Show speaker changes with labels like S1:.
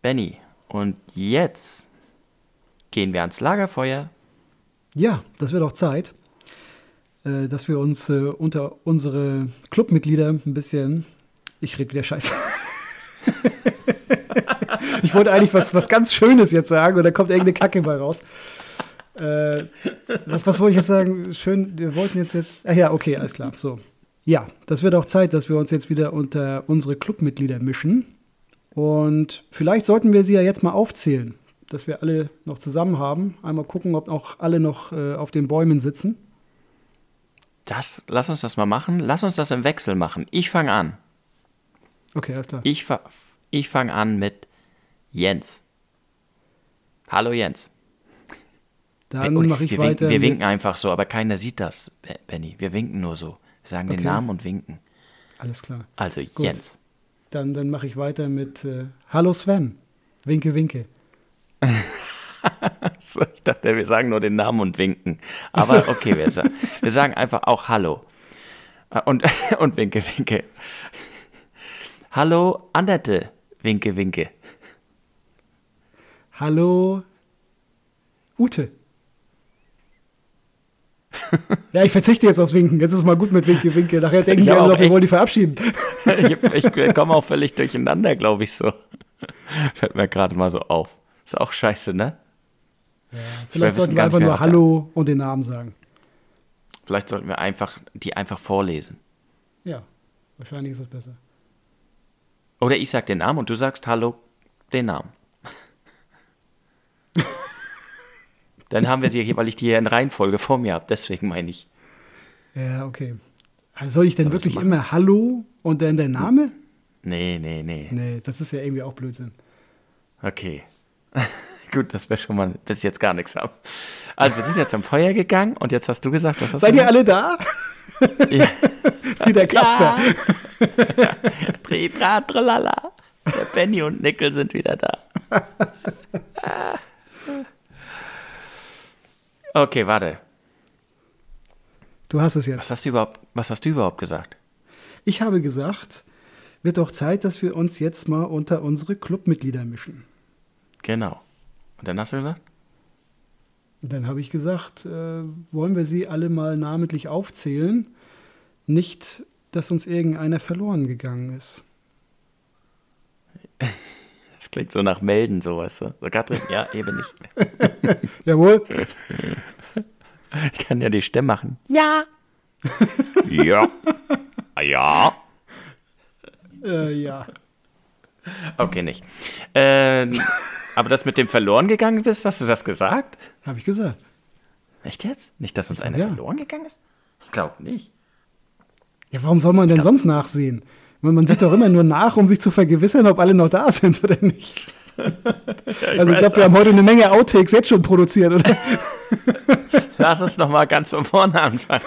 S1: Benny. Und jetzt gehen wir ans Lagerfeuer.
S2: Ja, das wird auch Zeit, äh, dass wir uns äh, unter unsere Clubmitglieder ein bisschen. Ich rede wieder Scheiße. ich wollte eigentlich was, was ganz Schönes jetzt sagen und da kommt irgendeine Kacke bei raus. Äh, was, was wollte ich jetzt sagen? Schön, wir wollten jetzt jetzt. Ach ja, okay, alles klar. So. Ja, das wird auch Zeit, dass wir uns jetzt wieder unter unsere Clubmitglieder mischen. Und vielleicht sollten wir sie ja jetzt mal aufzählen, dass wir alle noch zusammen haben. Einmal gucken, ob auch alle noch äh, auf den Bäumen sitzen.
S1: Das, lass uns das mal machen. Lass uns das im Wechsel machen. Ich fange an.
S2: Okay, alles klar.
S1: Ich, fa ich fange an mit Jens. Hallo Jens.
S2: Dann
S1: Oder
S2: mache ich
S1: wir
S2: weiter.
S1: Winken, wir winken
S2: mit-
S1: einfach so, aber keiner sieht das, Be- Benny. Wir winken nur so. Sagen
S2: Okay.
S1: den Namen und winken.
S2: Alles klar.
S1: Also
S2: Gut.
S1: Jens.
S2: Dann, dann mache ich weiter mit äh, Hallo Sven. Winke, winke.
S1: So, ich dachte, wir sagen nur den Namen und winken. Aber okay, wir, sa- wir sagen einfach auch Hallo. Äh, Und, und winke, winke. Hallo, Anderte. Winke, winke.
S2: Hallo Ute. ja, ich verzichte jetzt aufs Winken. Jetzt ist es mal gut mit Winke, winke. Nachher denken
S1: Ich
S2: die
S1: hab
S2: alle
S1: auch
S2: noch, wir
S1: echt-
S2: wollen die verabschieden.
S1: Ich, ich komme auch völlig durcheinander, glaube ich so. Fällt mir gerade mal so auf. Ist auch scheiße, ne?
S2: Vielleicht
S1: wissen
S2: sollten wir
S1: gar nicht
S2: einfach
S1: mehr,
S2: nur
S1: was da-
S2: Hallo und den Namen sagen.
S1: Vielleicht sollten wir einfach die einfach vorlesen.
S2: Ja, wahrscheinlich ist es besser.
S1: Oder ich sag den Namen und du sagst Hallo, den Namen. Dann haben wir sie hier, weil ich die hier in Reihenfolge vor mir habe. Deswegen meine ich.
S2: Ja, okay. Also soll ich denn
S1: Soll ich so
S2: wirklich
S1: machen?
S2: immer Hallo und dann der Name?
S1: Nee, nee, nee.
S2: Nee, das ist ja irgendwie auch Blödsinn.
S1: Okay. Gut, dass wir schon mal bis jetzt gar nichts haben. Also, wir sind jetzt am Feuer gegangen und jetzt hast du gesagt, was hast
S2: Seid
S1: du
S2: ihr alle da?
S1: Ja.
S2: Wie der Kasper.
S1: Dreh, dra, tralala. Der Benny und Nickel sind wieder da. Okay, warte.
S2: Du hast es jetzt.
S1: Was hast du überhaupt, was hast du überhaupt gesagt?
S2: Ich habe gesagt, wird doch Zeit, dass wir uns jetzt mal unter unsere Clubmitglieder mischen.
S1: Genau. Und dann hast du gesagt?
S2: Und Dann habe ich gesagt, äh, wollen wir sie alle mal namentlich aufzählen? Nicht, dass uns irgendeiner verloren gegangen ist.
S1: Das klingt so nach melden, so weißt du. So, Katrin, ja, eben nicht.
S2: Jawohl.
S1: Ich kann ja die Stimme machen. Ja. Ja. Ah, Ja.
S2: Äh, ja.
S1: Okay, nicht. Ähm, aber das mit dem verloren gegangen bist, hast du das gesagt?
S2: Habe ich gesagt.
S1: Echt jetzt? Nicht, dass uns einer
S2: ja.
S1: verloren gegangen ist? Ich glaube nicht.
S2: Ja, warum soll man denn sonst nachsehen? Man, man sieht doch immer nur nach, um sich zu vergewissern, ob alle noch da sind oder nicht. Also ich glaube, wir haben heute eine Menge Outtakes jetzt schon produziert, oder?
S1: Lass uns nochmal ganz von vorne anfangen.